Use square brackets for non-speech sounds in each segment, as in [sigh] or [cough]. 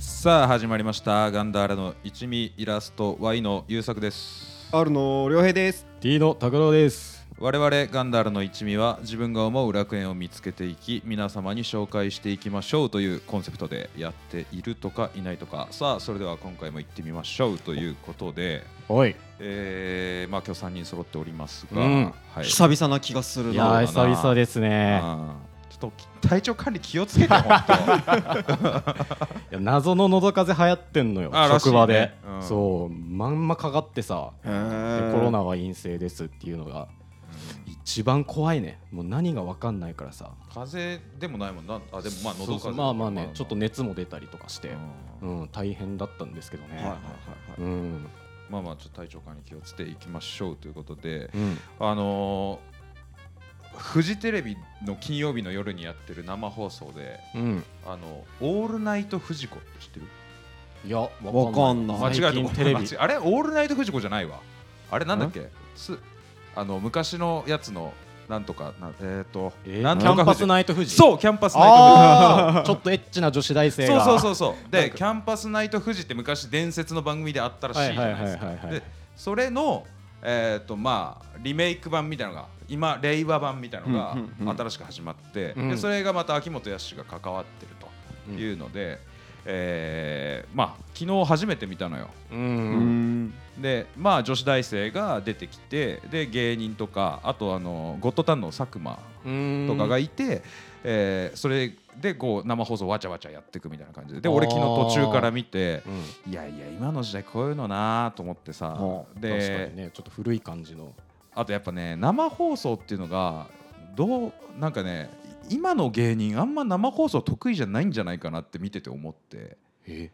さあ始まりましたガンダーラの一味イラスト Y の優作です R の良平です。 D の拓郎です。我々ガンダーラの一味は自分が思う楽園を見つけていき皆様に紹介していきましょうというコンセプトでやっているとかいないとかさあそれでは今回も行ってみましょうということで、おい。えー、まあ今日3人揃っておりますが、うんはい久々な気がするいややな。ー久々ですね。あーちょっと体調管理気を [laughs] つけて本当いや謎ののど風邪流行ってんのよあらしいね職場で、うんそうまんまかかってさ、へでーコロナは陰性ですっていうのが一番怖いね。もう何がわかんないからさ。風邪でもないもんなあでもまあ喉風そ邪うそうまあまあねちょっと熱も出たりとかして、うんうん大変だったんですけどね。はいはいはいはい。うんまあまあちょっと体調管理気をつけていきましょうということで、うんあのーフジテレビの金曜日の夜にやってる生放送でうん。 「あのオールナイトフジコ」って知ってるいやわかんない間最違えた近ごめんテレビ間違え [laughs] あれオールナイトフジコじゃないわあれなんだっけすあの昔のやつのなんとかなえっ、と、えーなんキとャかンパフスジナイト富士。 [laughs] そうキャンパスナイトフジああちょっとエッチな女子大生そうがそうそうそうでキャンパスナイトフジって昔伝説の番組であったらしいじゃないですはいはいかはいはいはいでそれのえっ、とまあリメイク版みたいなのが今令和版みたいなのがうんうんうん新しく始まって、うんでそれがまた秋元康が関わってるというので、えーまあ昨日初めて見たのよううんん。でまあ女子大生が出てきてで芸人とかあとあのゴッドタンの佐久間ととかがいて、えーそれでこう生放送わちゃわちゃやっていくみたいな感じでで俺昨日途中から見ていやいや今の時代こういうのなと思ってさ確かで、にねちょっと古い感じのあとやっぱね生放送っていうのがどうなんかね今の芸人あんま生放送得意じゃないんじゃないかなって見てて思ってえ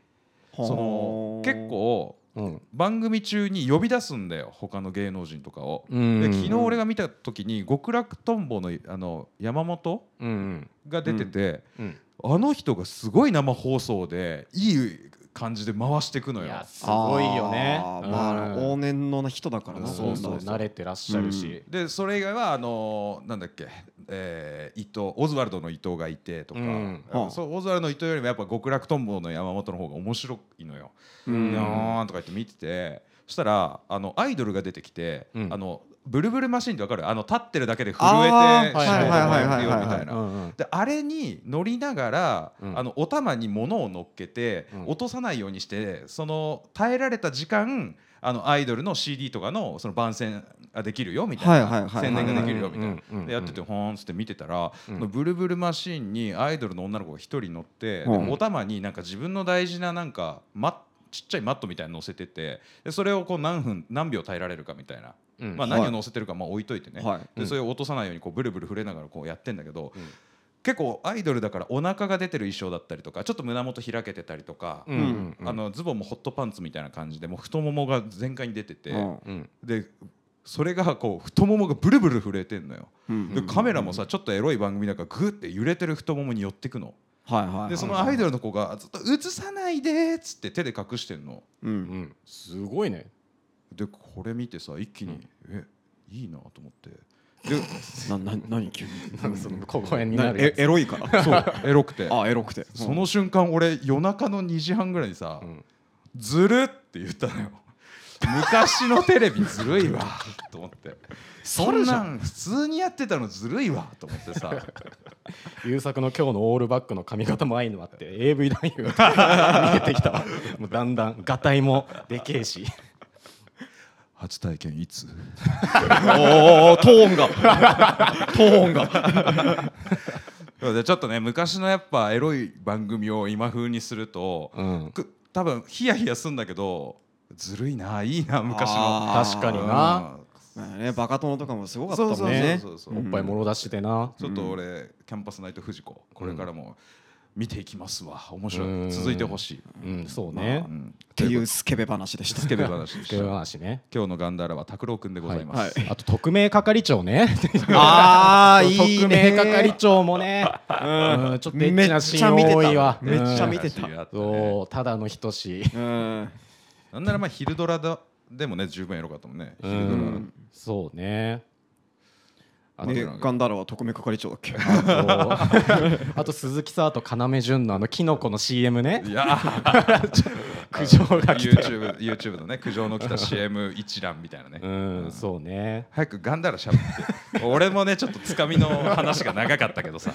その結。構うん番組中に呼び出すんだよ他の芸能人とかを。うんで昨日俺が見た時に極楽とんぼのあの山本うんうんが出てて、うんあの人がすごい生放送でいい感じで回していくのいよ。やすごいよねあーまあうん往年の人だからな。そうそう本当慣れてらっしゃるしでそれ以外はあのーなんだっけ、えー伊藤オズワルドの伊藤がいてとか、うんあのうんそうオズワルドの伊藤よりもやっぱ極楽とんぼの山本の方が面白いのよ。ううんん、とか言って見ててそしたらあのアイドルが出てきて、うんあのブルブルマシンってわかるあの立ってるだけで震あえーてはい仕事はいがはいやはるいよはいみたいうんうな。んであれに乗りながら、うんあのお玉に物を乗っけて、うん落とさないようにしてその耐えられた時間あのアイドルの CD とかのその番宣ができるよみたいな、はいはいはい宣伝ができるよみたいな、うんうんでやっててほーんっつって見てたら、うんそのブルブルマシーンにアイドルの女の子が一人乗って、うんでお玉になんか自分の大事ななんか、ま、ちっちゃいマットみたいなの乗せててでそれをこう何分何秒耐えられるかみたいな、うんまあ、はい何を乗せてるかまあ置いといてね、はいでそれを落とさないようにこうブルブル触れながらこうやってんだけど、うん結構アイドルだからお腹が出てる衣装だったりとかちょっと胸元開けてたりとか、うんうんうんあのズボンもホットパンツみたいな感じでもう太ももが全開に出てて、うんうんでそれがこう太ももがブルブル震えてんのよ。うんでカメラもさちょっとエロい番組だからグって揺れてる太ももに寄ってくの。はいはいはい。でそのアイドルの子がずっと「映さないで」っつって手で隠してんの。う。うんんすごいねでこれ見てさ一気に「えいいな」と思って。なな何急に。その小声にななるやえつエロい [laughs] から。そうエロく [laughs] てあエロくて。その瞬間俺夜中の2時半ぐらいにさうん「ずる」って言ったのよ [laughs] 昔のテレビずるいわと思ってそんなん普通にやってたのずるいわと思ってさ優作の今日のオールバックの髪型も愛のあって AV 男優 [laughs] が見えてきたわもうだんだんがたいもでけえし初体験いつおおトーンがトーンが。でちょっとね昔のやっぱエロい番組を今風にするとうんく多分ヒヤヒヤすんだけどずるいないいな昔のあー確かになまあねバカ殿とかもすごうんかったそもうんそうね。そうそうおっぱいもろ出してなちょっと俺、キャンパスナイトフジコこれからも見ていきますわ面白い、うん続いてほしい、うんそうねうん、っっていうスケベ話でした。スケベ話でしそう [laughs] いうた話ね今日のガンダーラは拓郎くんでございます、はいはいあと匿名係長ね [laughs] ああいい匿ね。名係長もねうんちょっとエッチなシーン多いわめっちゃ見うんてた。そうただの人しうん。なんならまあ昼ドラだでもね十分エロかったもんね、[laughs] う昼ドラんそうねあねとなんかガンダーラは特命係長だっけあと [laughs] あと鈴木さんあと要潤のあのキノコの CM ねいや [laughs] 苦情が来て YouTube, YouTube のね苦情の来た CM 一覧みたいなね、うんそうね早くガンダラしゃべって俺もねちょっとつかみの話が長かったけどさ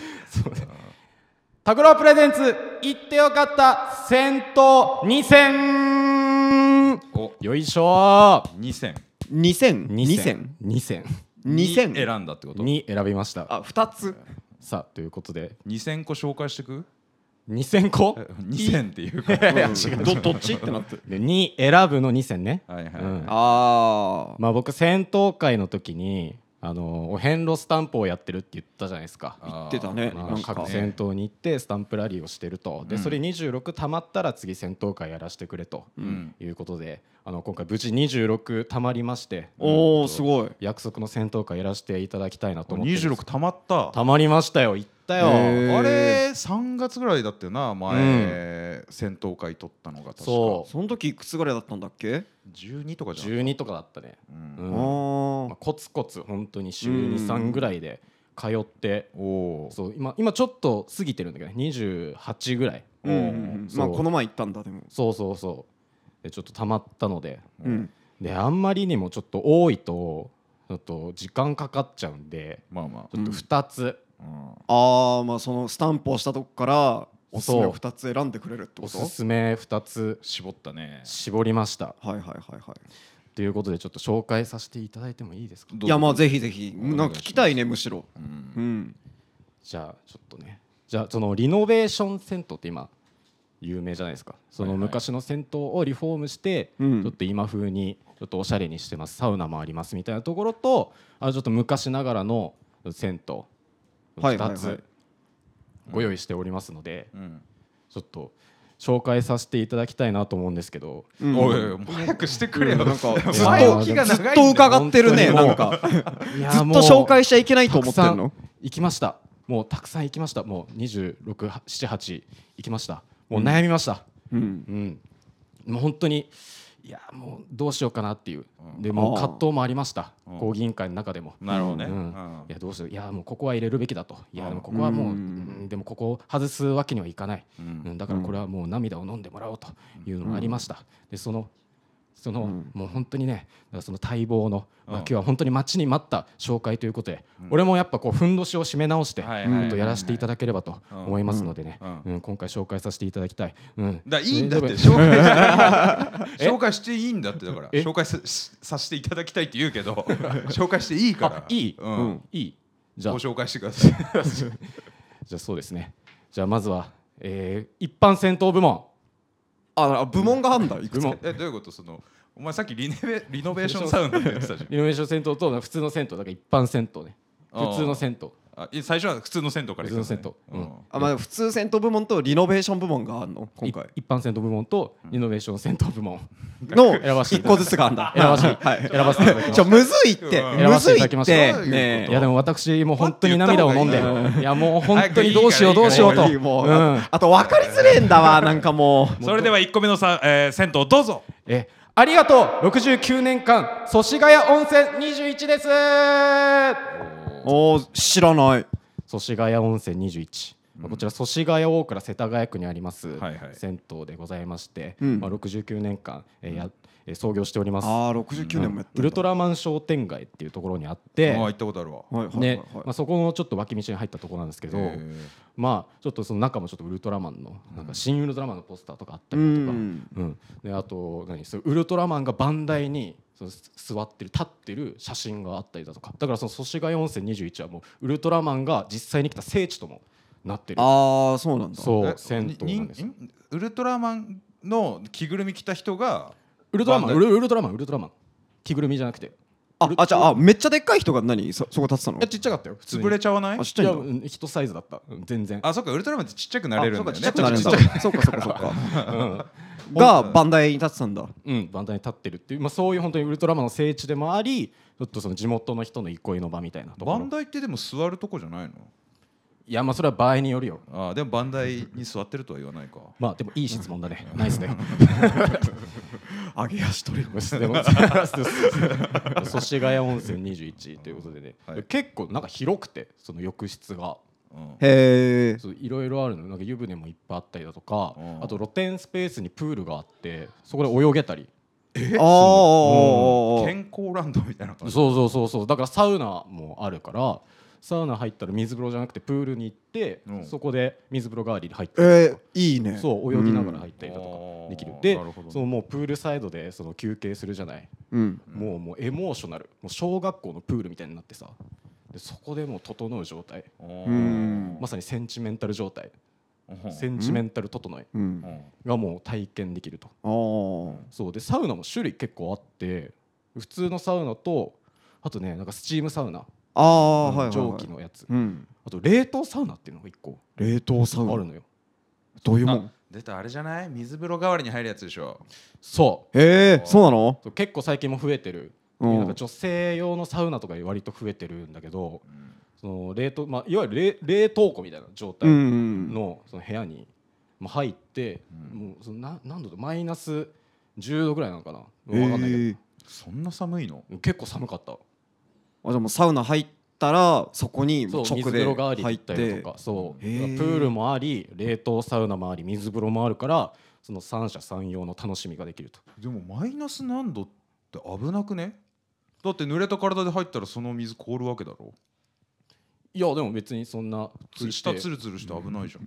タグロプレゼンツ行ってよかった戦闘2戦およいしょ2000 2000 2 2000戦2戦に2000選んだってことに選びましたあ2つさあということで2000個紹介してく2000個え2000っていうからうんどどっちってなってで2選ぶの2戦ねはいはいはい、うんああまあ僕戦闘会の時にあのお遍路スタンプをやってるって言ったじゃないですかあー言ってたねまなんあ、か各戦闘に行ってスタンプラリーをしてると、うでんそれ26たまったら次戦闘会やらせてくれとうんいうことで、あの今回無事26たまりましておおすごい約束の戦闘会やらせていただきたいなと思ってるんです26たまったたまりましたよ行ったよ、へーあれ3月ぐらいだったよな前、戦闘会取ったのが確かそその時いくつぐらいだったんだっけ12とかうじゃん、 12とかだったね、うんうんあまあ、コツコツ本当に週うん23ぐらいで通って、おおそう今今ちょっと過ぎてるんだけどね28ぐらいあうんうんうんそうまあこの前行ったんだでもそうそうそうでちょっとたまったのでうんであんまりにもちょっと多いとちょっと時間かかっちゃうんでまあまちょっと2つあ、うんああまあそのスタンプをしたとこからおすすめそう2つ選んでくれるっておことすすめ2つ絞ったね絞りましたはいはいはいはいということでちょっと紹介させていただいてもいいですかどうぞいやまあぜひぜ願いひしますなんか聞きたいねむしろうんうんじゃあちょっとねじゃあそのリノベーション銭湯って今有名じゃないですかそはのいはい昔の銭湯をリフォームしてうちんょっと今風にちょっとおしゃれにしてますサウナもありますみたいなところとあちょっと昔ながらの銭湯はいはいは2いつご用意しておりますのでうんちょっと紹介させていただきたいなと思うんですけどうんおいおいもう早くしてくれよ、うんなんか前ずっ前と置きずが長いんだよっと伺ってるね本当にもうなんかずっずっと紹介しちゃいけないと思ってたんくさんの行きましたもうたくさん行きましたもう2678行きましたもう悩みましたうんうん、もう本当にいやもうどうしようかなっていうでもうあー葛藤もありましたうん抗議委員会の中でも。なるほどね、ううんんいやどうしよういやもうここは入れるべきだといやうんでもここはもううんうんでもここを外すわけにはいかない、ううんんだからこれはもう涙を飲んでもらおうというのもありました、でそのその、うんもう本当にねだからその待望の、うんまあ、今日は本当に待ちに待った紹介ということで、俺もやっぱこうふんどしを締め直して、はいうはんちょいっとやらせていただければと思いますのでね、ううんん今回紹介させていただきたい、うん、だからいいんだってえー紹介じゃないえ紹介していいんだってだからえ紹介さしさせていただきたいって言うけど紹介していいからあいいうんうんいいじゃあご紹介してくださいじゃあそうですねじゃあまずは、えー一般戦闘部門あ部門があんだいくつ部かえ門どういうことそのお前さっきリネベ [laughs] リノベーションサウンドって言ってたじゃんリノベーション戦闘と普通の戦闘だから一般戦闘ねあー [laughs] 普通の戦闘あい最初は普通の銭湯から行くのね普通の銭湯うんあまあ普通戦闘部門とリノベーション部門があるの今い回一般戦闘部門とリノベーション戦闘部門、の選ばせて一個ずつがあんだ選ばせて、はい選ばせていただきまちしょむずいってうんむずい選ばっせていてただきましたねたいやでも私もう本当に涙を飲ん言でった方いやもう本当にどうしようどうしようと早いいもううんあと分かりづれえんだわなんかもうそれでは1個目のさ、えー、銭湯どうぞえありがとう69年間祖師ヶ谷温泉21ですおー知らない祖師ヶ谷温泉21、まあこちら祖師ヶ谷大倉世田谷区にあります、はいはい銭湯でございまして、うんまあ、69年間、えーやえー創業しておりますああ69年もやってウルトラマン商店街っていうところにあって、ああ行ったことあるわラはいはいはいねはまあ、そこのちょっと脇道に入ったところなんですけど、へーまあちょっとその中もちょっとウルトラマンのなんか新ウルトラマンのポスターとかあっいたうりだとか、んうん、であと何そうウルトラマンが番台にそのす座ってる立ってる写真があったりだとかだからその祖師ヶ谷温泉21はもうウルトラマンが実際に来た聖地ともなってるああそうなんだそえう銭湯なんですにんウルトラマンの着ぐるみ着た人がウルトラマンバンウダルウルトラマンウルトラマン着ぐるみじゃなくてああじゃああめっちゃでっかい人が何そそこ立ってたのいやちっちゃかったよ普通に潰れちゃわないあちっちいゃやいんだうん人サイズだったうん全然あそっかウルトラマンってちっちゃくなれるんだよねあそうかちっちゃくなれるんだちっちゃそうかそうかそうかがバンダイに立ってたんだうん、番台に立ってるっていう、まあ、そういう本当にウルトラマンの聖地でもありちょっとその地元の人の憩いの場みたいなとこバろンダイってでも座るとこじゃないのいやまあそれは場合によるよああでもバンダイに座ってるとは言わないかまあでもいい質問だねナイスね揚げ足取りでも祖師ヶ谷温泉21ということでね、はい結構なんか広くてその浴室がうんへえそういろいろあるのなんか湯船もいっぱいあったりだとかうんあと露天スペースにプールがあってそこで泳げたりああ健康ランドみたいな感じそうそうそうそうだからサウナもあるからサウナ入ったら水風呂じゃなくてプールに行って、うんそこで水風呂代わりに入ったりとかえー、いいねそう泳ぎながら入っったりだとうんかできるあーでなるほどねそのもうプールサイドでその休憩するじゃないうんもうもうエモーショナルもう小学校のプールみたいになってさでそこでもう整う状態うんまさにセンチメンタル状態うんセンチメンタル整えうんうんがもう体験できるとあーそうでサウナも種類結構あって普通のサウナとあとねなんかスチームサウナああはいはいはい蒸気のやつうんあと冷凍サウナっていうのが一個冷凍サウあナるのよどういうもあん出たあれじゃない水風呂代わりに入るやつでしょそうへえそうなのそう結構最近も増えてるうんなんか女性用のサウナとか割と増えてるんだけどその冷凍まあいわゆる冷冷凍庫みたいな状態うんのその部屋にまあ入ってうんもうそのな何度だマイナス10度ぐらいなのかなえ分かんないけー、そんな寒いのど結構寒かったあじゃあもうサウナ入ったらそこにそ直う水風で呂代わりだ入っったりてとかそうプへーールもあり冷凍サウナもあり水風呂もあるからその三者三様の楽しみができるとでもマイナス何度って危なくねだって濡れた体で入ったらその水凍るわけだろいやでも別にそんな普通して下ツルツルして危ないじゃん、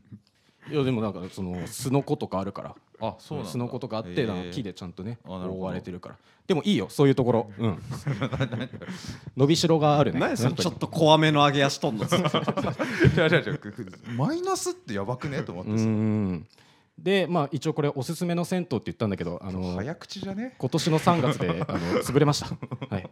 いやでもなんかそのすのことかあるからあそうなんだすのことかあって、へーなんか [laughs] 木でちゃんとねあなるほど覆われてるからでもいいよそういうところ、うん、伸びしろがあるね何それ本当ちょにっと怖めの上げ足とんの [laughs] いやいやいやマイナスってやばくねと思ってうさ、んでまあ一応これおすすめの銭湯って言ったんだけどあの早口じゃね今年の3月で [laughs] あの潰れました、はい、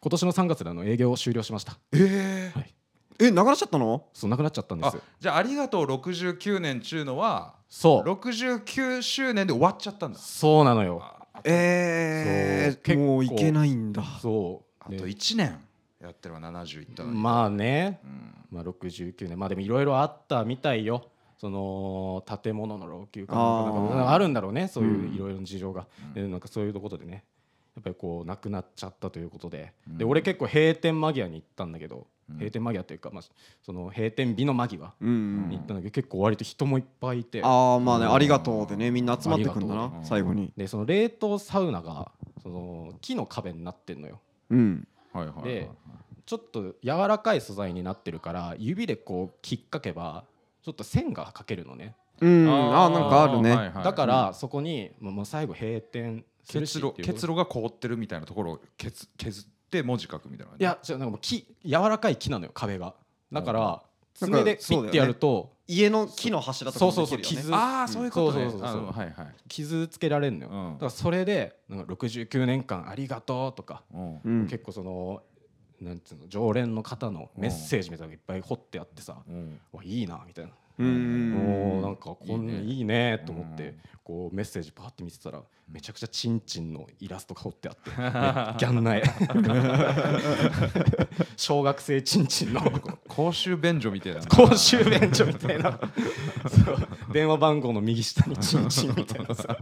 今年の3月であの営業を終了しましたえええなくなっちゃったのそうなくなっちゃったんであすじゃあありがとう69年ちゅうのはそう69周年で終わっちゃったんだそうなのよえそー、う結構もういけないんだそうあとで1年やってれば70いったのに、まあねうんまあ、69年まあでもいろいろあったみたいよその建物の老朽化あーなんかなんかあるんだろうねそういううんいろいろな事情が、でなんかそういうところでねやっぱりこうなくなっちゃったということで、でうん俺結構閉店間際に行ったんだけど、うん閉店間際というか、まあ、その閉店日の間際うん、に行ったんだけど結構割と人もいっぱいいてああまあねありがとうでねみんな集まってくんだありがとなう最後にでその冷凍サウナがその木の壁になってんのようんはいはいはいでちょっと柔らかい素材になってるから指でこう引っ掛けばちょっと線が描けるのねうんああーなんかあるね、はいはいだからそこにもうもう最後閉店するし結露っていうこと結露が凍ってるみたいなところを削削って文字書くみたいな感いじやじゃなんかもう木柔らかい木なのよ壁がだからうん爪なんでかピそうだよねッてやると家の木の柱とかそうもそうでそきうるよね傷ああそういうことねそうそうそうそあうのはいはい傷つけられるのようだんからそれでなんか69年間ありがとうとかうんうん結構そのなんていうの常連の方のメッセージみたいなのがいっぱい彫ってあってさうんわいいなみたいなうんおーなんかこんいいねいいねと思っうてんこうメッセージパーって見てたらめちゃくちゃチンチンのイラストが彫ってあ [laughs] ってめっギャンない小学生チンチンの公衆便所みたいな公衆便所みたいなそう電話番号の右下にチンチンみたいなさ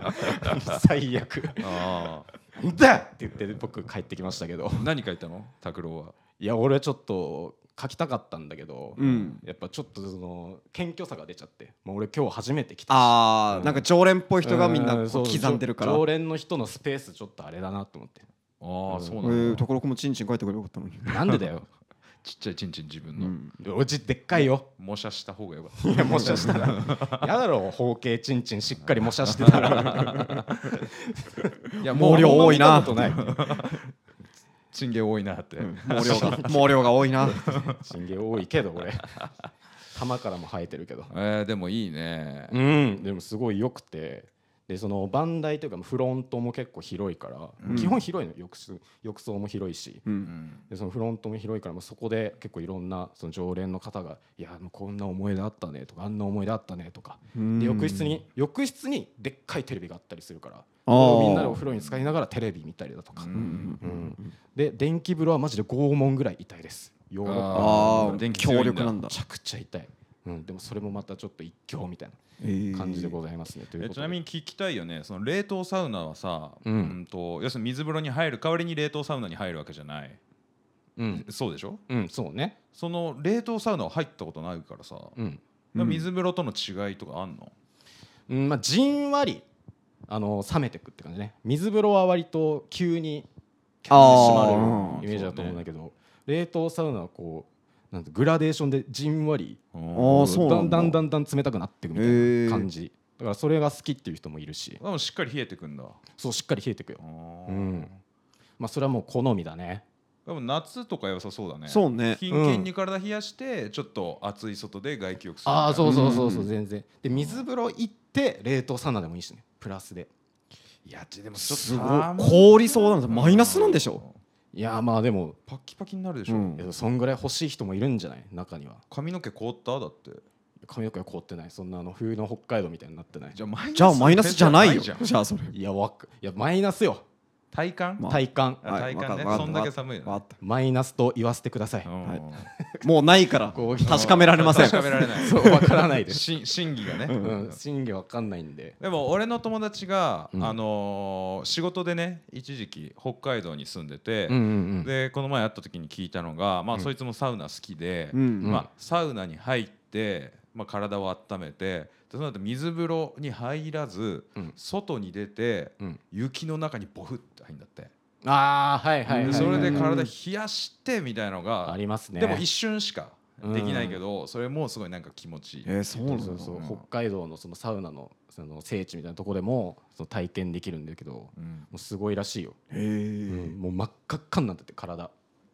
最悪ああなんだよって言って僕帰ってきましたけど何書いたの拓郎はいや俺ちょっと書きたかったんだけど、うんやっぱちょっとその謙虚さが出ちゃってもう俺今日初めて来たしああなんか常連っぽい人がみんなうこうそう刻んでるから常常連の人のスペースちょっとあれだなと思ってああそうえなんーだところこもチンチン書いてくればよかったのになんでだよ [laughs] ちっちゃいちんちん自分うのんおじでっかいよ模写した方がよかっいや模写した [laughs] らやだろ方形ちんちんしっかり模写して [laughs] たらたいや毛量多いなそんな見たことないチンゲ多いなって毛量 [laughs] が毛量が多いな [laughs] チンゲ多いけど俺玉からも生えてるけどえーでもいいねうんでもすごい良くてでその番台というかフロントも結構広いから、基本広いの浴室浴槽も広いし、ううんんでそのフロントも広いからもうそこで結構いろんなその常連の方が「いやあのこんな思い出あったね」とか「あんな思い出あったね」とかうんで浴室に浴室にでっかいテレビがあったりするからあーみんなでお風呂に使いながらテレビ見たりだとか、ううんんで電気風呂はマジで拷問ぐらい痛いですヨーロッパああーあ電気強い強んだ力なんだめちゃくちゃ痛いうん、でもそれもまたちょっと一興みたいえーな感じでございますね、というえことちでなみに聞きたいよねその冷凍サウナはさ、う、うんんと要するに水風呂に入る代わりに冷凍サウナに入るわけじゃないうん、そうでしょうん、そうね、その冷凍サウナは入ったことないからさ、うんだから水風呂との違いとかあんの、うんまあ、じんわりあの冷めてくって感じね水風呂は割と急にあー閉まるイメージだと思うんだけど、冷凍サウナはこうなんてグラデーションでじんわりうんあーそうなんだだんだんだんだん冷たくなっていくみへたいーな感じだからそれが好きっていう人もいるしでもしっかり冷えてくんだそうしっかり冷えてくよあ、ーうんまあ、それはもう好みだねでも夏とか良さそうだねそうねキンキンに体冷やしてちょっと暑い外で外気浴するああそうそうそうそううん全然で水風呂行って冷凍サウナでもいいしねプラスでいやでもすごい凍りそうなのさマイナスなんでしょいやーまあでもパッキパキになるでしょ、うんいやそんぐらい欲しい人もいるんじゃない中には髪の毛凍っただって髪の毛は凍ってないそんなあの冬の北海道みたいになってないじゃあマイナスじゃあマイナスじゃ [laughs] ないよじゃんじゃあそれいやわかいやマイナスよ体感、まあ体感あ体感ねそんだけ寒いよねわかったマイナスと言わせてくださいうんはいもうないからこう確かめられません確かめられないそうわからな [laughs] いですし審議がね、うん真偽わかんないんででも俺の友達が、うんあのー仕事でね一時期北海道に住んでて、うんうんうんでこの前会った時に聞いたのが、まあ、そいつもサウナ好きで、うんまあ、サウナに入って、まあ、体を温めてでその後水風呂に入らず、うん外に出て、うん雪の中にボフって入るんだって、ああはいはいはでいはいそれで体うん冷やしてみたいのが、ありますねでも一瞬しかできないけど、それもすごいなんか気持ちいい。えーそうなそのうそううん北海道のそのサウナのその聖地みたいなとこでもその体験できるんだけどもうんうすごいらしいよ、へえもう真っ赤っかになってて体、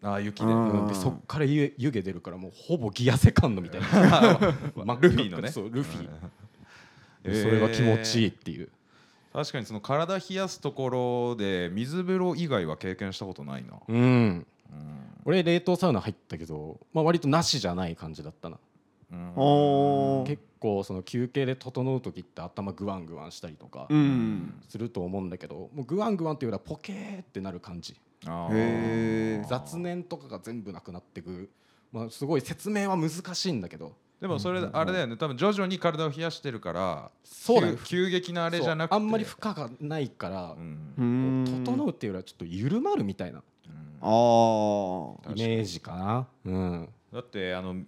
ああ雪うでんうんでそっから湯湯気出るからもうほぼギアセカンドみたいな真っ赤っかルフィのねそうルフィ、うんそれが気持ちいいっていう、 [laughs] 確かにその体冷やすところで水風呂以外は経験したことないな、うんうん俺冷凍サウナ入ったけど、まあ、割となしじゃない感じだったな、うんおー結構その休憩で整う時って頭グワングワンしたりとかうんすると思うんだけど、もうグワングワンっていうよりはポケーってなる感じあへーー雑念とかが全部なくなってく、まあ、すごい説明は難しいんだけどでもそれあれだよね多分徐々に体を冷やしてるからそうだよ急急激なあれじゃなくてそうあんまり負荷がないからう、んうこんう整うっていうよりはちょっと緩まるみたいなうんあー確かイにメージかなうんだってあの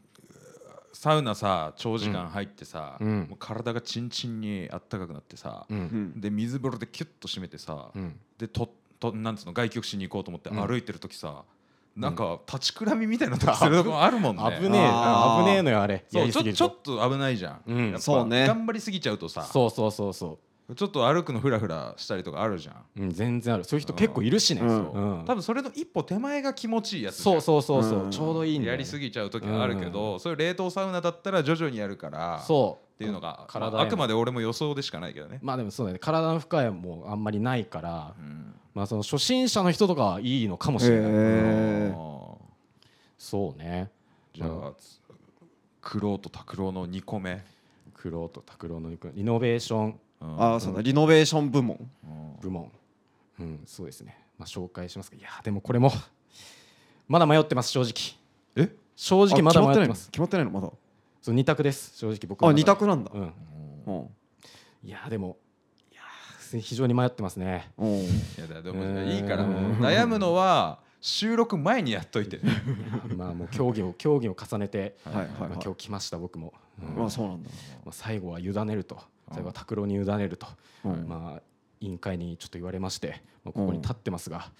サウナさ長時間入ってさ、うんもう体がチンチンにあったかくなってさ、ううんんで水風呂でキュッと締めてさ、うんでととなんつうの外気浴しに行こうと思ってうん歩いてる時さ、なんか立ちくらみみたいな時するとこあるもんね危ねえあー危ねえのよあれそうちょぎちょっと危ないじゃん、うんやっぱそうね頑張りすぎちゃうとさそうそうそうそちょっと歩くのフラフラしたりとかあるじゃん、う、うん、全然あるそういう人結構いるしね、うんそううん多分それの一歩手前が気持ちいいやつじゃんそうそうそうそう、うんちょうどいいんだよね、やりすぎちゃう時があるけど、そういう冷凍サウナだったら徐々にやるからそうっていうのが、体へまのあ、あくまで俺も予想でしかないけどね、まあでもそうだね体の負荷もあんまりないから、うんまあその初心者の人とかはいいのかもしれない、へーあーそうねじゃあ苦労と拓郎の2個目、苦労と拓郎の行くリノベーションうんあーそうだリノベーション部門うん部門うんそうですねまあ紹介しますがいやでもこれもまだ迷ってます正直え正直まだあ決迷っまっててなまいす決まってないのまだそう二択です正直僕のあ中で二択なんだうんうんいやでもいや非常に迷ってますねうんいやだでうもーんいいからもう悩むのは収録前にやっといていやまあもう競技を競技を重ねて、はいはいまあ、は今日来ました僕も、うんいまあそうなんだまあ、最後は委ねるとうん最後は拓郎に委ねると、うんまあ、委員会にちょっと言われまして、まあ、ここに立ってますが、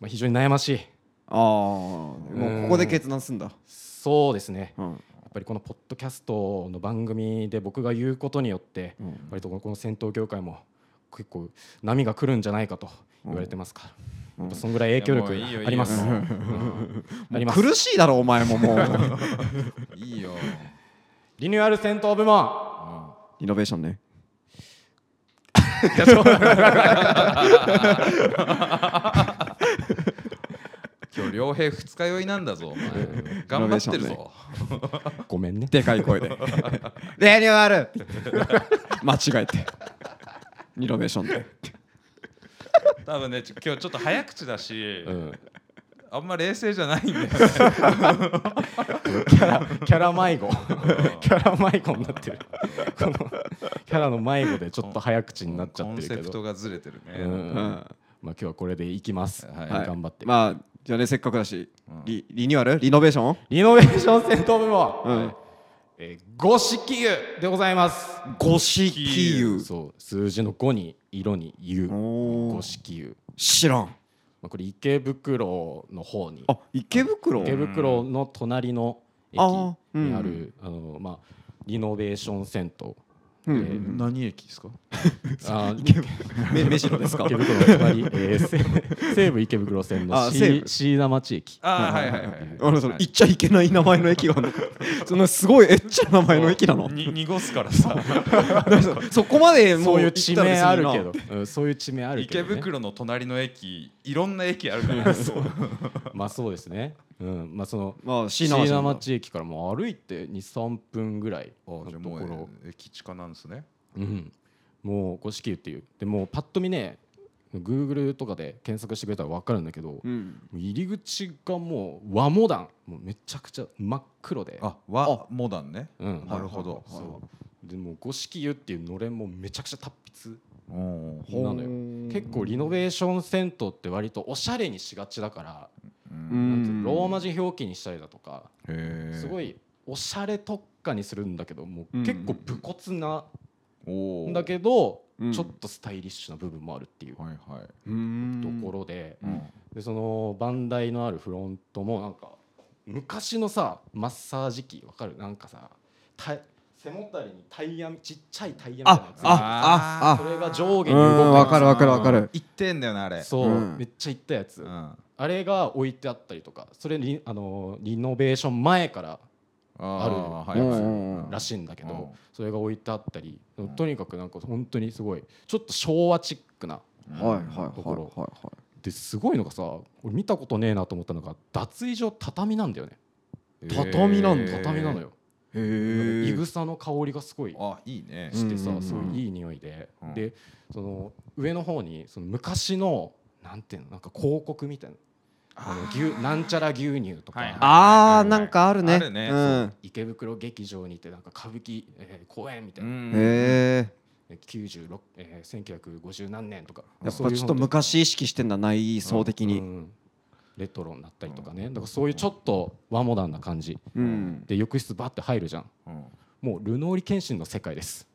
まあ、非常に悩ましいああもうここで決断すんだそうですねうんやっぱりこのポッドキャストの番組で僕が言うことによってうん割とこの戦闘業界も結構波が来るんじゃないかと言われてますから、うんやっぱそんぐらい影響力いやもういいよいいよあり [laughs] ます。もううんあもりうます苦しいだろお前ももういい [laughs] よ、リニューアル戦闘部門うんリノベーションね今日良平二日酔いなんだぞお前頑張ってるぞごめんねでかい声でレニューアル [laughs] 間違えてリノベーションで多分ねちょ今日ちょっと早口だし、うんあんま冷静じゃないんだよねキャラキャラ迷子キャラ迷子になってるこのキャラの迷子でちょっと早口になっちゃコっンてセるけプトどがずれてるうんね、うんまあ今日はこれでいきます、はいはい頑張って、まあじゃあねせっかくだし、うんリリニューアルリノベーションリノベーション戦闘部門、うんえー、五色湯でございます五色湯そう数字の5に色に湯おー五色湯、知らんまあ、これ池袋の方にあ池袋池袋の隣の駅あーうんにあるあのまあリノベーション銭 [laughs] 湯うんえー何駅ですかあーめ目白ですか池袋の隣、えー西西武池袋線のあ西 C- 武 C 名町駅ああはいはいはいあのその行っちゃいけない名前の駅があるの [laughs] そのすごいえっちゃ名前の駅なのに濁すからさ [laughs] そこまでもそううい行うったら地名ある別けになど、うんそういう地名あるけ池ど、ね、袋の隣の駅いろんな駅あるからそうまあそうですね、うんまあ、そのまあ椎椎名町名町駅からもう歩いて23分ぐらいあのじゃあともころう駅近なんですねうん、もう五色湯っていうでもうパッと見ね Google とかで検索してくれたら分かるんだけど、うん入り口がもう和モダンもうめちゃくちゃ真っ黒であ和モダンねうんなるほどそうでもう五色湯っていうのれんもめちゃくちゃ達筆うんなのよ結構リノベーション銭湯って割とおしゃれにしがちだから、うんうんなんてローマ字表記にしたりだとか、へえすごいおしゃれ特化にするんだけどもううん結構武骨なおんおだけど、うんちょっとスタイリッシュな部分もあるっていうとはいはいうんころで,、うんでそのバンダイのあるフロントもなんか昔のさマッサージ機わかるなんかさた背もたれにタイヤみちっちゃいタイヤみたいなやつああそれが上う下に動くんやわつかるわかるわかる行ってんだよなあれそう、うんめっちゃいったやつ、うんあれが置いてあったりとかそれリ,、あのーリノベーション前からあーあはいるはいうんうんらしいんだけど、うんそれが置いてあったり、んとにかくなんか本当にすごいちょっと昭和チックなはいはいはいところはですごいのがさ俺見たことねえなと思ったのが脱衣所畳なんだよね畳なんだへー畳なのよいへいえぐさの香りがすごいあいいねしてさうんうんうんすごいいい匂いで、うんでその上の方にその昔のなんていうのなんか広告みたいなあの牛なんちゃら牛乳とか、はいはいあーなんかあるねあるねうそん池袋劇場にてなんか歌舞伎、えー公演みたいな、んへえ96えー、1950何年とかやっそうぱいうちょっと本当に昔意識してんだ内装的うにんレトロになったりとかねだからそういうちょっと和モダンな感じうんで浴室バッて入るじゃんうんもうルノーリケンシンの世界です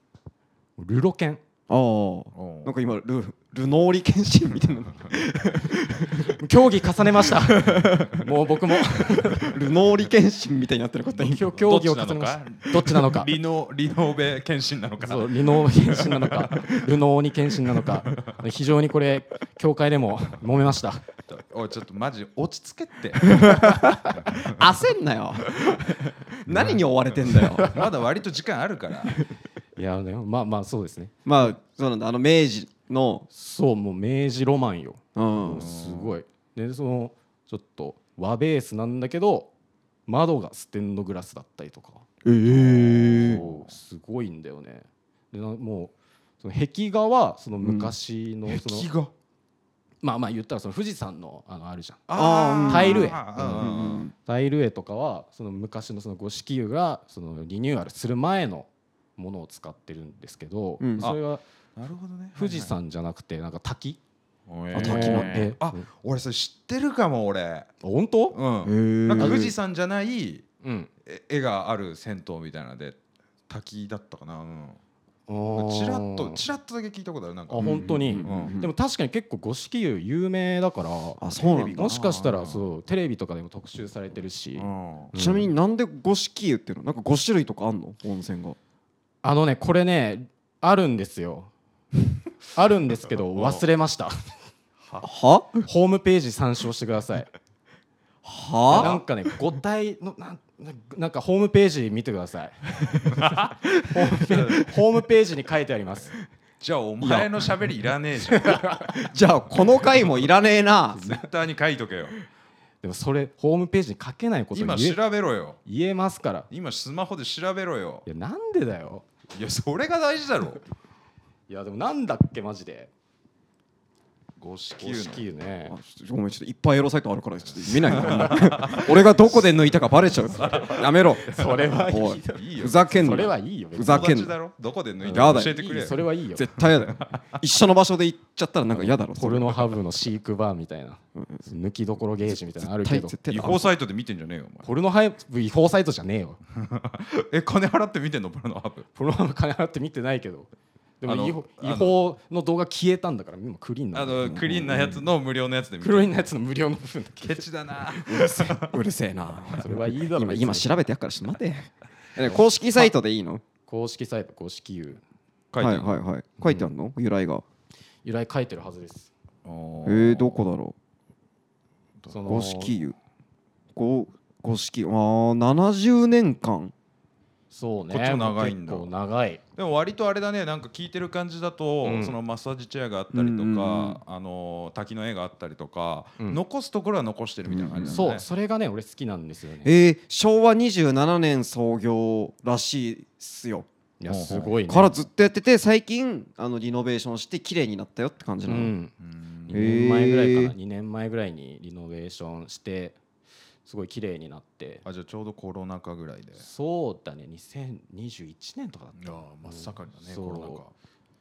ルロケンああおうなんか今ルルノーリ検診みたいな競技重ねました [laughs] もう僕もルノーリ検診みたいになってる方に競競技を重どっちなのねましかたどっちなのかリノリノベ検診なのかそうリノー検診なのかルノーに検診なのか非常にこれ協会でも揉めましたおいちょっとマジ落ち着けって焦んなよ何に追われて [laughs] んだよまだ割と時間あるからいやねまあまあそうですねまあそうなんだあの明治のそうもう明治ロマンようんすごいでそのちょっと和ベースなんだけど窓がステンドグラスだったりとかえそうすごいんだよねでなもうその壁画はその昔のその、画まあまあ言ったらその富士山のあのあるじゃんあーうんタイル絵あタイル絵とかはその昔のその五色湯がそのリニューアルする前のものを使ってるんですけど、うんそれはーなるほどね富士山じゃなくてなんかはいは滝、いあと滝の絵あうんあ俺それ知ってるかも俺本当、うんなんか富富士山じゃないうん、絵絵がある銭湯みたいなので滝だったかなうんあーチラッとチラッとだけ聞いたことあるなんかあ本当に、うんでも確かに結構五色湯有名だからあそうなんだもしかしたあーらそうテレビとかでも特集されてるし、うんちなみになんで五色湯っていうのなんか五種類とかあんの温泉があのねこれねあるんですよ [laughs] あるんですけど忘れましたはホームページ参照してくださいなはんかね五体のなんなんかホームページ見てく [laughs] ださいホームペホームページに書いてありますじゃあお前の喋りいらねえじゃんじゃあこの回もいらねえなツイッターに書いとけよでもそれホームページに書けないこ [laughs] と今言え調べろよ言えますから今スマホで調べろよいやなんでだよいやそれが大事だろいやでもなんだっけマジで五色五湯色湯ねあちょっとごめんちょっといっぱいエロサイトあるからちょっと見ないで俺がどこで抜いたかバレちゃうからやめろそれはいおいいのいいよふざけんそれはないいよ別ふにざけんな友達だろどこで抜いやただかよ教えてくれいいそれはいいよ絶対やだよ一緒の場所で行っちゃったらなんか嫌だろポルノハブのシークバーみたいな抜きどころゲージみたいなのあるけど絶対違絶対法サイトで見てんじゃねえよおポルノハブ違法サイトじゃねえよ前え金払って見てんのポルノアップポルノハブ金払って見てないけどであもの違法あの違法の動画消えたんだから今クリーン [laughs] なあんだよのクリーンなやつの無料のやつで見てクリーンなやつの無料の部分だけケチだなうるせえなそれはいいだろ今別に今調べてやっからちょっと待てえ公式サイトでいいの公式サイト公式 U 書いはているはいはい書いてあるの由来が由来書いてるはずですおえーーどこだろそうの五色湯五五色湯あー70年間そうねこっちも長いんだ結構長いでも割とあれだねなんか聞いてる感じだと、うんそのマッサージチェアがあったりとか、うんうんうんあの滝の絵があったりとか、うん残すところは残してるみたいな感じなんそだねう、それがね俺好きなんですよねえー昭和27年創業らしいっすよいやすごいねからずっとやってて最近あのリノベーションして綺麗になったよって感じうなの、んううん2年前ぐらいかな、へ2年前ぐらいにリノベーションしてすごい綺麗になってあじゃあちょうどコロナ禍ぐらいでそうだね2021年とかだっいたやーかな真っ盛りだねそうコロナ禍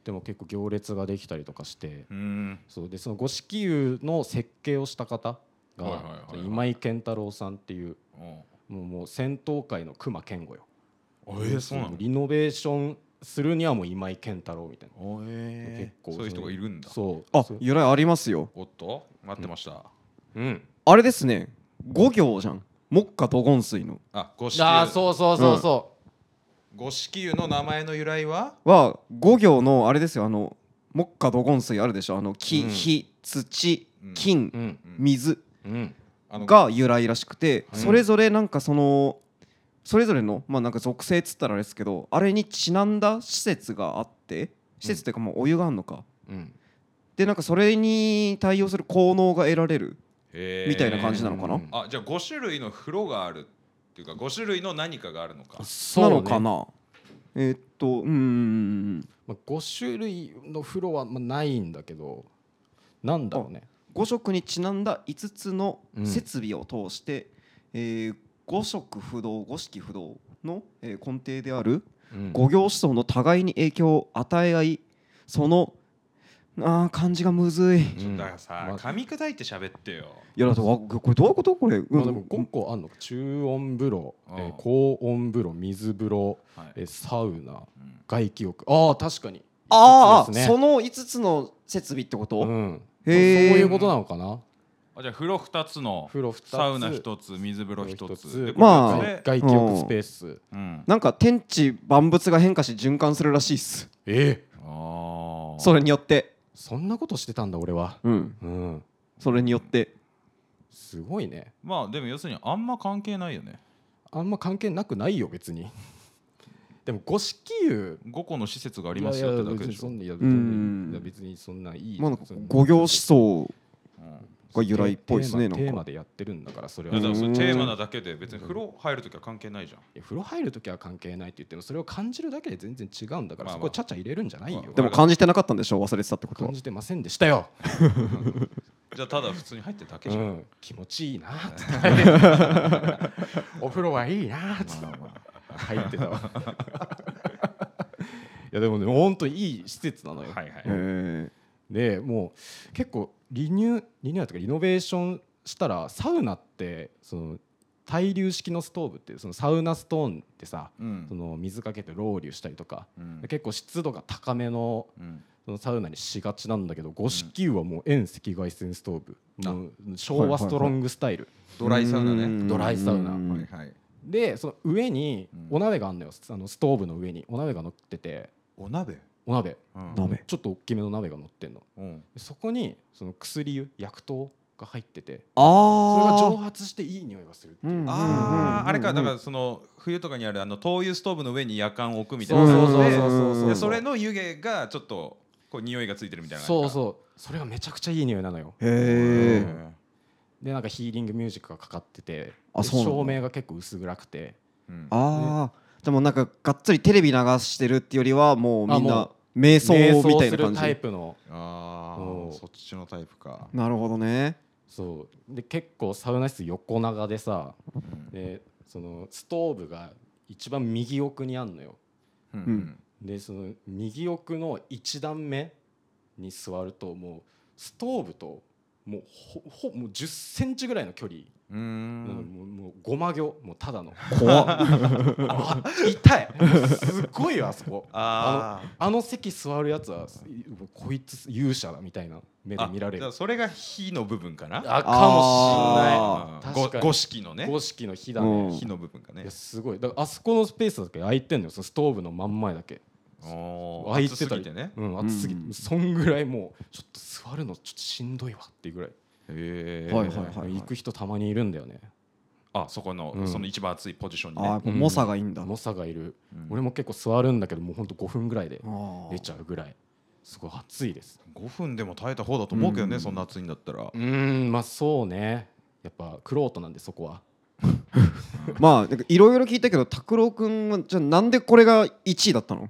でも結構行列ができたりとかしてうーんそうでその五色湯の設計をした方はいが、はいはいはい今井健太郎さんっていううんもうもう戦闘界の熊健吾よあえー、そうなのリノベーションするにはもう今井健太郎みたいな、おえ結そう構いう人がいるんだそうあそう由来ありますよおっと待ってました、うんあれですね五行じゃん木下土金水のあ五色あーうそうそうそうそ五色湯の名前の由来はは五行のあれですよあの木下土金水あるでしょあの木、うん火土うん金う、うん水うんあのが由来らしくて、うんそれぞれなんかそのそれぞれのまあなんか属性っつったらあれですけどあれにちなんだ施設があって施設っていうかもうお湯があるのか、うんでなんかそれに対応する効能が得られるへーみたいな感じなのかな、うんあじゃあ5種類の風呂があるっていうか5種類の何かがあるのかそなうねのかな、えーっとうーんまあ、5種類の風呂はまあないんだけどなんだろうね5色にちなんだ5つの設備を通して、えー五色不動五色不動の、えー根底であるうん五行思想の互いに影響を与え合いそのあー漢字がむずい。いうんだからさ、まあ噛み砕いて喋ってよやだとわこれどういうことこれ、うんまあ、でも5個あんのか中温風呂、えうんー高温風呂水風呂、はいえーサウナうん外気浴ああ確かにあーあー、五つですねその5つの設備ってこと、うん、そうへーいうことなのかなあじゃあ風呂2つの風呂2つサウナ1つ水風呂1つ風呂一つでまあこれで外気浴スペース、うん、なんか天地万物が変化し循環するらしいっすえーあそれれによって、そんなことしてたんだ俺はうん、うんそれによってすごいねまあでも要するにあんま関係ないよねあんま関係なくないよ別に [laughs] でも五色湯5個の施設がありますよってだけでしょ、いや別うんにいや別にそんないいいまあなんか五行思想うんが由来っぽいですねなテーマテーんマかでやってるんだからそれいはやだいからそれうんテーマなだけで別に風呂入るときは関係ないじゃんや風呂入るときは関係ないって言ってもそれを感じるだけで全然違うんだからまあそまあこちゃちゃ入れるんじゃないよまあでも感じてなかったんでしょ忘れてたってことは感じてませんでしたよじゃあただ普通に入ってるだけじゃん、うん気持ちいい [laughs] なっつってお風呂はいいなっつって入ってたわ [laughs] いやでもね本当にいい施設なのよはいはい、へーでもう結構リニューリニューアルというかリノベーションしたらサウナってその対流式のストーブってそのサウナストーンってさうんその水かけてロウリュしたりとかうん結構湿度が高めのうんそのサウナにしがちなんだけど五色湯はもう遠赤外線ストーブあもう昭和ストロングスタイルドライサウナうんねドライサウナうんはいはいでその上にうんお鍋があるのよあのストーブの上にお鍋が乗っててお鍋お鍋うん鍋ちょっと大きめの鍋が乗ってんのうんそこにその薬湯薬湯が入っててあそれが蒸ー発していい匂いがするってういうんあーあれかだからその冬とかにあるあの灯油ストーブの上に夜間を置くみたいな感じでそうそうそういやんそれの湯気がちょっとこう匂いがついてるみたいなそううそうそれがめちゃくちゃいい匂いなのよへえでなんかヒーリングミュージックがかかっててあでそうなんだ照明が結構薄暗くてうんああ、でもなんかがっつりテレビ流してるってよりはもうみんあもなう瞑想瞑みた想いなする感タイじプのあおあうそっちのタイプか、なるほどねそうで結構サウナ室横長でさうんでそのストーブが一番右奥にあんのようんでその右奥の1段目に座るともうストーブともうほほもう1 0ンチぐらいの距離、うーんうんもうもうごま行もうただの [laughs] 怖っあ痛いすごいよあそこあーあの席座るやつはいうわこいつ勇者だみたいな目で見られあじゃるあそれが火の部分かなああかもしんないご確かに五色のね五色の火だうねん火の部分がねいやすごいだからあそこのスペースだけ空いてんのよそのストーブの真ん前だけおー開いてた暑すぎりてねうん、暑すぎて、うんそんぐらいもうちょっと座るのちょっとしんどいわっていうぐらい、へはいはいはい行く人たまにいるんだよねあそこの、うんその一番熱いポジションにあーやっね、ぱ猛者がいいんだ重さがいる、うん俺も結構座るんだけどもうほんと5分ぐらいであ出ちゃうぐらいすごい暑いです5分でも耐えた方だと思うけどね、うんそんな暑いんだったら、うーんまあそうねやっぱクロートなんでそこはーまあいろいろ聞いたけど拓郎君はじゃあなんでこれが1位だったの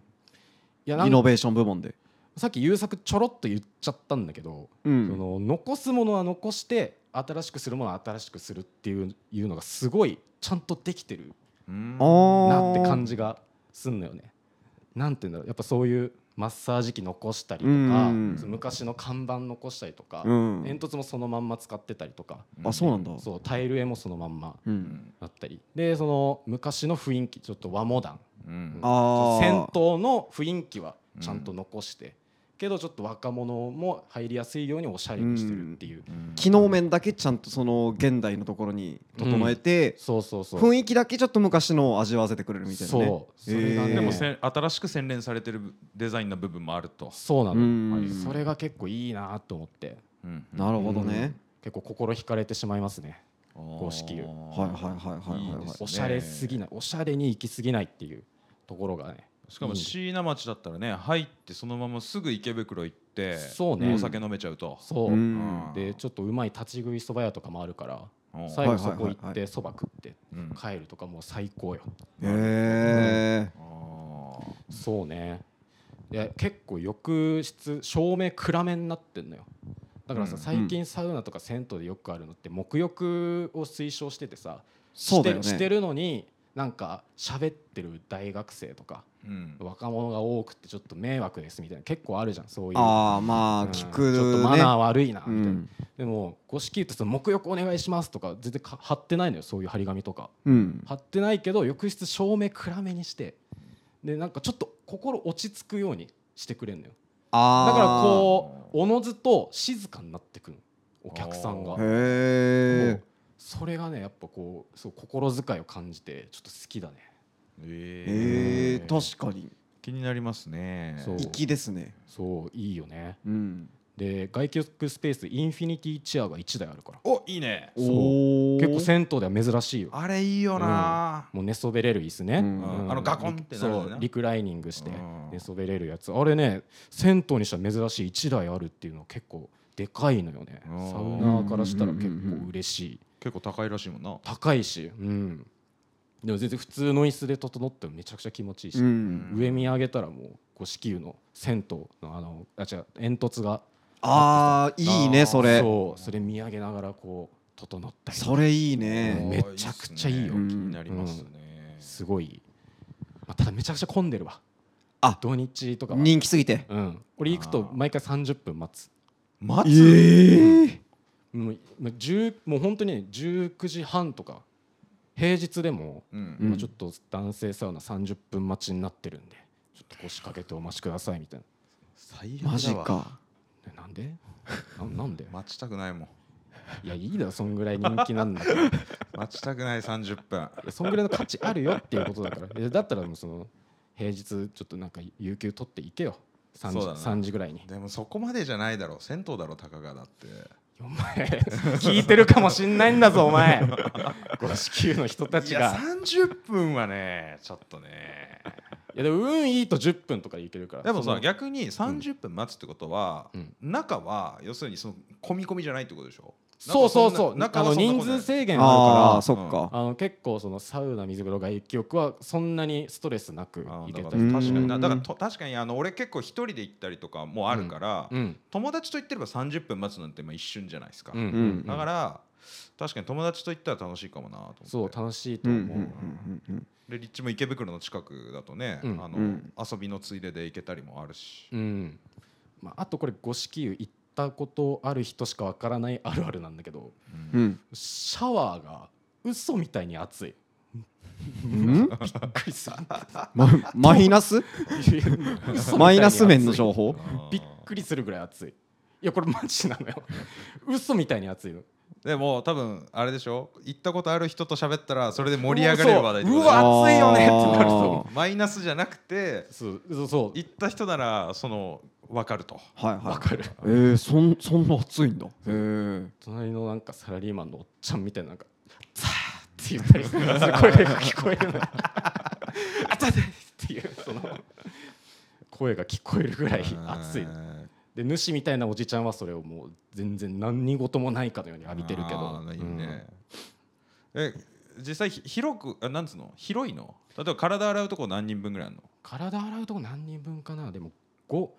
いやなイんノかベーション部門でさっき優作ちょろっと言っちゃったんだけど、うそんの残すものは残して新しくするものは新しくするっていういうのがすごいちゃんとできてるうんあーなって感じがすんのよね。なんていうんだろうやっぱそういうマッサージ機残したりとか、うんその昔の看板残したりとか、うん煙突もそのまんま使ってたりとか、あそうなんだそうタイル絵もそのまんまううんんだったりでその昔の雰囲気ちょっと和モダンうんあー戦闘の雰囲気はちゃんと残して、けどちょっと若者も入りやすいようにおしゃれにしてるっていう、うん機能面だけちゃんとその現代のところに整えて、そうそうそう雰囲気だけちょっと昔のを味わわせてくれるみたいなねそうそれがね、えーでもせん新しく洗練されてるデザインな部分もあると、そうなの、うんはいそれが結構いいなと思ってうんなるほどね、結構心惹かれてしまいますね五色をはいはいはいはいはいはいいいですねおしゃれすぎないおしゃれに行き過ぎないっていうところがねしかも椎名町だったらね入ってそのまますぐ池袋行ってそうねお酒飲めちゃうと、そうう、んうんでちょっとうまい立ち食いそば屋とかもあるからうん最後そこはいはい行はっいはてそば食ってうん帰るとかもう最高よへえあーそうねいや結構浴室照明暗めになってんのよだからうさん最近サウナとか銭湯でよくあるのって沐浴を推奨しててさそうだよしてしてねるのになんか喋ってる大学生とかうん若者が多くてちょっと迷惑ですみたいな結構あるじゃんそういうああまあうん聞ちょっとくマナーね悪いなみたういな、んでも五色ってその沐浴お願いしますとか全然か貼ってないのよそういう張り紙とかうん貼ってないけど浴室照明暗めにしてでなんかちょっと心落ち着くようにしてくれるのよああだからこうおのずと静かになってくるお客さんがあもへうえそれがねやっぱこうそう心遣いを感じてちょっと好きだねえーへえ確かに気になりますねそう粋ですねそういいよねうんで外気浴スペースインフィニティチェアが1台あるからおいいねそうおー結構銭湯では珍しいよあれいいよなもう寝そべれる椅子ね、うんあのガコンってなるやつねそうリクライニングしてうん寝そべれるやつあれね銭湯にしては珍しい1台あるっていうのは結構でかいのよねうんサウナーからしたら結構嬉しい結構高いらしいもんな高いし、うん、でも全然普通の椅子で整ってもめちゃくちゃ気持ちいいし、うん上見上げたらもう五色湯の銭湯のあのあ違う煙突がああいいねそれそうそれ見上げながらこう整ったりそれいいねめちゃくちゃいいよあーっすね気になりますねすごい、まあ、ただめちゃくちゃ混んでるわあ土日とかは人気すぎてうん、俺行くと毎回30分待つ待ええもうまあ10もう本当にね19時半とか平日でも、うんんまあちょっと男性サウナ30分待ちになってるんでちょっと腰掛けてお待ちくださいみたい最悪だわマジかなえなんでななんで待ちたくないもんいやいいだろそんぐらい人気なん [laughs] だからい待ちたくない30分やそんぐらいの価値あるよっていうことだからいやだったらもうその平日ちょっとなんか有給取っていけよ3時そうだな ,3 時ぐらいにでもそこまでじゃないだろう銭湯だろたかがだ [laughs] ってお前聞いてるかもしんないんだぞ [laughs] お前ご支給の人たちいやが30分はねちょっとねいやでも運いいと10分とかでいけるからでもそさの逆に30分待つってことはうん中は要するにその込み込みじゃないってことでしょそうそうそそんうな中あはのそんなこ人とない数制限あるああかそっか、らあの結構そのサウナ水風呂外気浴はそんなにストレスなくあ行ーけだたかりらう確んかにうなんだからと確かにあの俺結構一人で行ったりとかもあるから、うん友達と行ってれば30分待つなんてまあ一瞬じゃないですか、うんうんうんだから確かに友達と行ったら楽しいかもなと思ってそう楽しいとうんう思んう、うんうんで立地も池袋の近くだとね、うんあのうん遊びのついでで行けたりもあるし、うんまあ、あとこれ五色湯行ったことある人しかわからないあるあるなんだけどううんんシャワーが嘘みたいに熱いうんびっくりするまマイナスマイナス面の情報報びっくりするぐらい熱いいやこれマジなのよ嘘みたいに熱いのでも多分あれでしょ行ったことある人と喋ったらそれで盛り上がれる話題ってことうだよねわ暑いよねってなるあとマイナスじゃなくてそうそうそう行った人ならその分かるとーはいはわいかるえー、そんそんな暑いんだへえ隣のなんかサラリーマンのおっちゃんみたいななんか「ザー」って言ったりする声が聞こえるのあザーっていうその声が聞こえるぐらい熱いで主みたいなおじちゃんはそれをもう全然何事もないかのように浴びてるけあどーいいね、え実際ひ広くあなんつうの広いの例えば体洗うとこ何人分ぐらいあるの体洗うとこ何人分かなでも 5,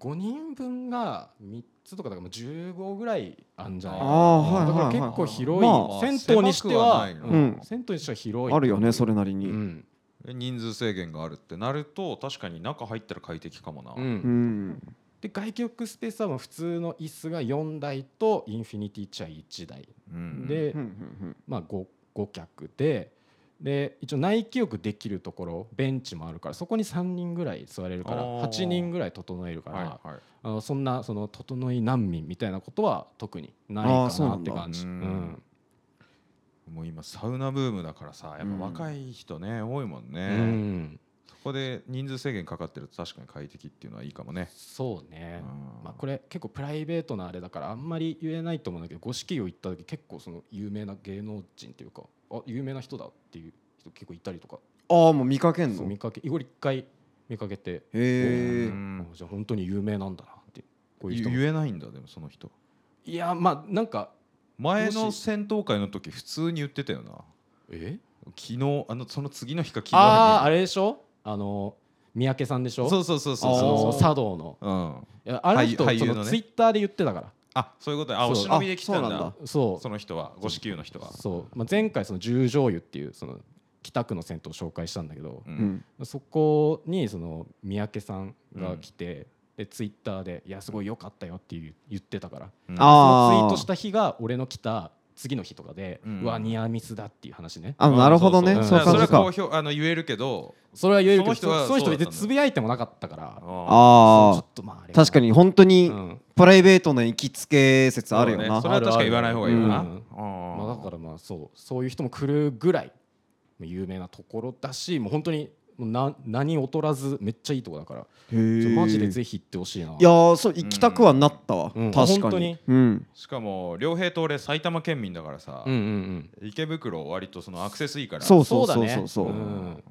5人分が3つとかだからもう15ぐらいあんじゃないかなあーはいだからはいはい結構広い、まあ銭湯にし狭てはくはないなうん銭湯にしては広いあるよねそれなりうにうん、んえ人数制限があるってなると確かに中入ったら快適かもな、うんで外気浴スペースはもう普通の椅子が4台とインフィニティチェア1台、うんでうんうんまあ、5, 5脚でで一応内気浴できるところベンチもあるからそこに3人ぐらい座れるからあー8人ぐらい整えるから、はいはいあのそんなその整い難民みたいなことは特にないあーかそうななっんてだ感じ。ううんんもう今サウナブームだからさやっうんぱ若い人ね、多いもんうね、んそこで人数制限かかってると確かに快適っていうのはいいかもね、そうね、うんまあ、これ結構プライベートなあれだからあんまり言えないと思うんだけど五色を行った時結構その有名な芸能人というかあ有名な人だっていう人結構いたりとかああもう見かけんそのう見かけ俺一回見かけてへえう、んあじゃあ本当に有名なんだなってこういう人も言えないんだでもその人いやまあなんか前のもし戦闘会の時普通に言ってたよなえ昨日あのその次の日か昨日にあーあれでしょあの三宅さんでしょそううそうそうそうあそのうー茶道のうんいやあの人俳優そ俳優ののねツイッターで言ってたからあそういうことあそうお忍びで来たんあそうなだんそそうの人は五子球の人はそう、まあ、前回その十条湯っていうその北区の銭湯を紹介したんだけどううんん、そこにその三宅さんが来て、でツイッターで「いやすごい良かったよ」っていう言ってたからうんあーそのツイートした日が俺の来た次の日とかで、ううんわニアミスだっていう話ねあなるほどねうんそういうそ感れじはか公表あの言えるけどそれは言えるけどその人はその人そうだったんだ別につぶやいてもなかったからああそうあちょっとまああれ確かに本当にうんプライベートの行きつけ説あるよな、それは確かに言わない方がいいよなううんんまあ、だからまあそうそういう人も来るぐらい有名なところだしもう本当にもうな何劣らずめっちゃいいとこだからへえちょマジでぜひ行ってほしいないやーそう行きたくはなったわ、うん確本か当ににうんしかも両平と俺埼玉県民だからさうんうんうん池袋割とそのアクセスいいからそうそうだね、そうそうそうそうん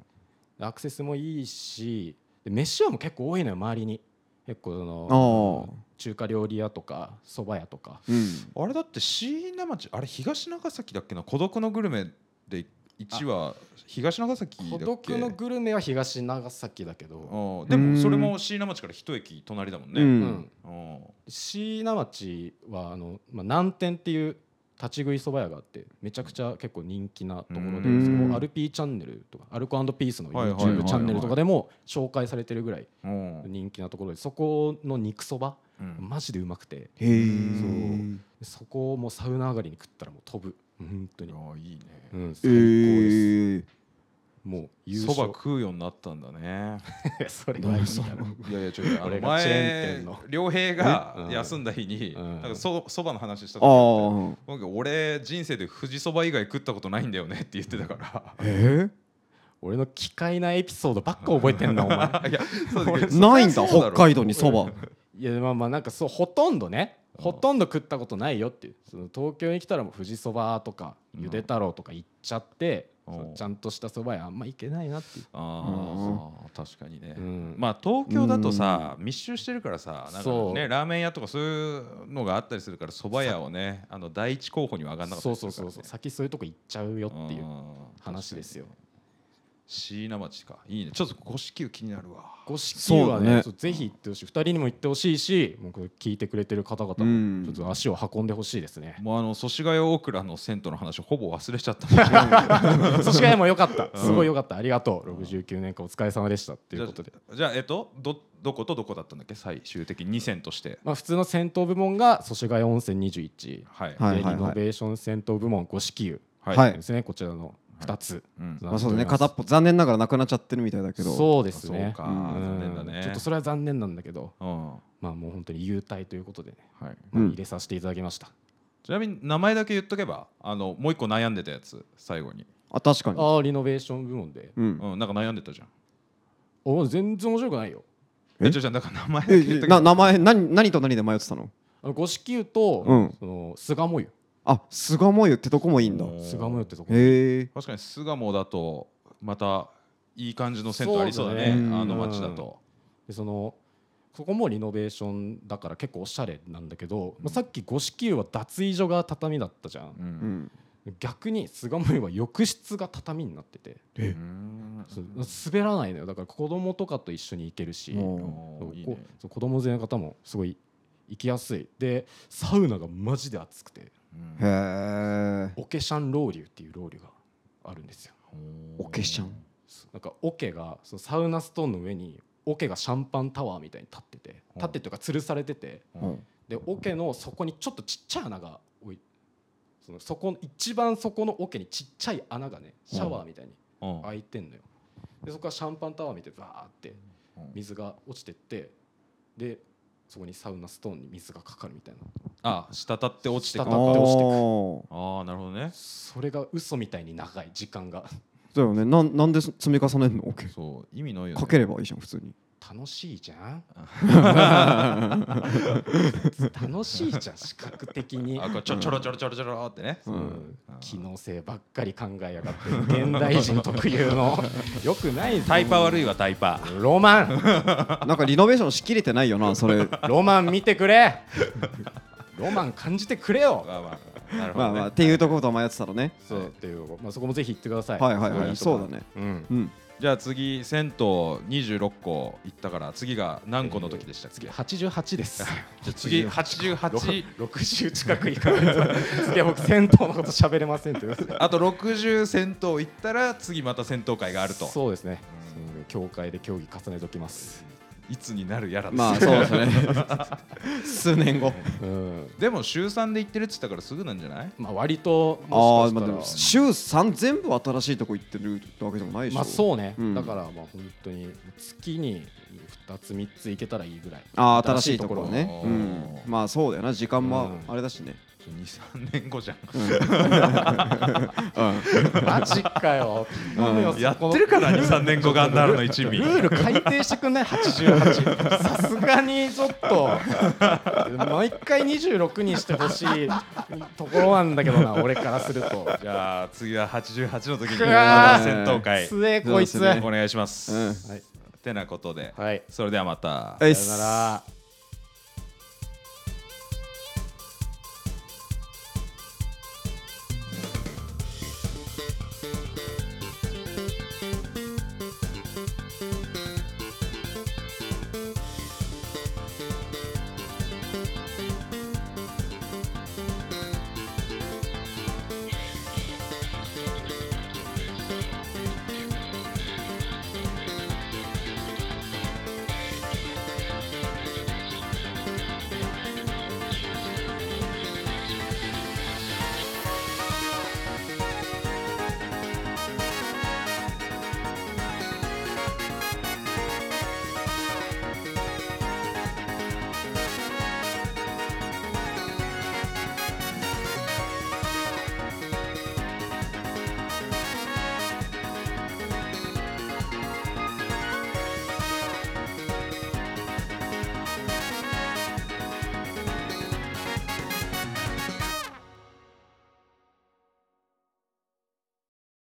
アクセスもいいしで飯はもう結構多いのよ周りに結構そのああ中華料理屋とか蕎麦屋とかうんあれだって椎名町あれ東長崎だっけな孤独のグルメで1話東長崎だっ孤け独のグルメは東長崎だけど、うんでもそれも椎名町から一駅隣だもんね、うんうん、うん椎名町はあの、まあ、南天っていう立ち食いそば屋があってめちゃくちゃ結構人気なところうでんそこアルピーチャンネルとかアルコピースのはいはいはいはい YouTube チャンネルとかでも紹介されてるぐらいうん人気なところでそこの肉そばうんマジでうまくてへえそそこをもうサウナ上がりに食ったらもう飛ぶ本当いにや、いいねうん、え最高ですーもう優そば勝食うようになったんだね [laughs] それはいいだろいやいやちょっとあの俺がチェーン前店の良平がえ休んだ日にうんなんかそそばの話したあ時あってーなんか俺人生で富士そば以外食ったことないんだよねって言ってたからえ俺の奇怪なエピソードばっか覚えて [laughs] んなお前いやそうだけどー、ないんだそりゃそう北海道にだそばいやまあまあなんかそうほとんどねうんほとんど食ったことないよっていうその東京に来たらもう富士そばとかゆで太郎とか行っちゃって、うおうちゃんとしたそば屋あんま行けないなっていう、ああ確かにね、うんまあ東京だとさ密集してるからさなんかそうねラーメン屋とかそういうのがあったりするから蕎麦屋をねあの第一候補には上がんなかったそりうすそうるかそらねうそう先そういうとこ行っちゃうよっていう話ですようん椎名町かいいねちょっと五色球気になるわ五色そはうねねそうぜひ行ってほしい2人にも行ってほしいしもうこれ聞いてくれてる方々うもんちょっと足を運んでほしいです [laughs] ねもうあの祖師ヶ谷大倉の銭湯の話ほぼ忘れちゃったじゃあ [laughs] そしかも良かったすごい良かったありがとう69年間お疲れ様でしたっていうことでじゃあえっとどどことどこだったんだっけ最終的に2銭としてまあ普通の戦闘部門が祖師ヶ谷温泉21はいはいでリノベーション戦闘部門五色湯ははいですねこちらの2つうんまあそうだねなってお片りっぽ残念ながらなくなっちゃってるみたいだけますどそうですねそうかうん残念だうねんちょっとそれは残念なんだけどうんはまあもう本当に優待ということでねいまあうん入れさせていただきましたちなみに名前だけ言っとけばあのもう一個悩んでたやつ最後に、あ確かにああリノベーション部門でうんうん、なんか悩んでたじゃんお全然面白くないよええじゃあじゃあだから名前だけえ言っとけばな名前何何と何で迷ってたのあの五色湯と、うんその巣鴨湯あ巣鴨湯ってとこもいいんだおー巣鴨湯ってとこへえ確かに巣鴨だとまたいい感じの銭湯ありそうだねそうだねあの町だと、でそのここもリノベーションだから結構おしゃれなんだけど、まあ、さっき五色湯は脱衣所が畳だったじゃん、うんうん逆に巣鴨湯は浴室が畳になっててうんそう滑らないのよだから子供とかと一緒に行けるしおーそうおーいいこねそう子供連れの方もすごい行きやすいでサウナがマジで熱くてうんへえオケシャンロウリュっていうロウリュがあるんですよおけしゃんなんか桶がそのサウナストーンの上に桶がシャンパンタワーみたいに立っててうん立ってというか吊るされててううんんで桶の底にちょっとちっちゃい穴が多いそのそこ一番底の桶にちっちゃい穴がねシャワーみたいにうん開いてんのよでそこからシャンパンタワー見てバーってうん水が落ちてってでそこにサウナストーンに水がかかるみたいなあ滴って落ちてくある滴って落ちてくおーああなるほどねそれが嘘みたいに長い時間が [laughs] だよねなんなんで積み重ねんのオケそう意味ないよねかければいいじゃん普通に楽しいじゃん楽しいじゃん視覚的にあこれちょちょろちょろちょろちょろってねうん機能性ばっかり考えやがって現代人特有の [laughs] よくないぞタイパ悪いわタイパロマンなんかリノベーションしきれてないよなそれロマン見てくれロマン感じてくれよまあまあなるほまどあねまあっていうところと迷ってたらねそうっていう、まあ、そこもぜひ行ってくださいはいはいはいすごそいうとだねこうんうんじゃあ次銭湯26個行ったから次が何個の時でしたっけ次88ですじゃあ次88 60近く行かないと次は僕銭湯のこと喋れませんというあと60銭湯行ったら次また戦闘会があるとそうですねうんそういう協会で競技重ねておきますいつになるやらですまあそうですね数年後うんでも週3で行ってるって言ったからすぐなんじゃないまあ割とあもあしまかあでしたらも週3全部新しいとこ行ってるってわけでもないでしょまあそうね、うんだからまあ本当に月に2つ3つ行けたらいいぐらいあー新しいところねううんんまあそうだよな時間もうんあれだしね23年後じゃんマジかよ頼むようやってるから23年後ガンダールの一味ルール改定してくんない88さすがにちょっと毎回26にしてほしいところなんだけどな俺からするとじゃあ次は88の時にくまわたー戦闘会つえこいそつ、うですねお願いします、うんはいてなことではいそれではまたはいさよなら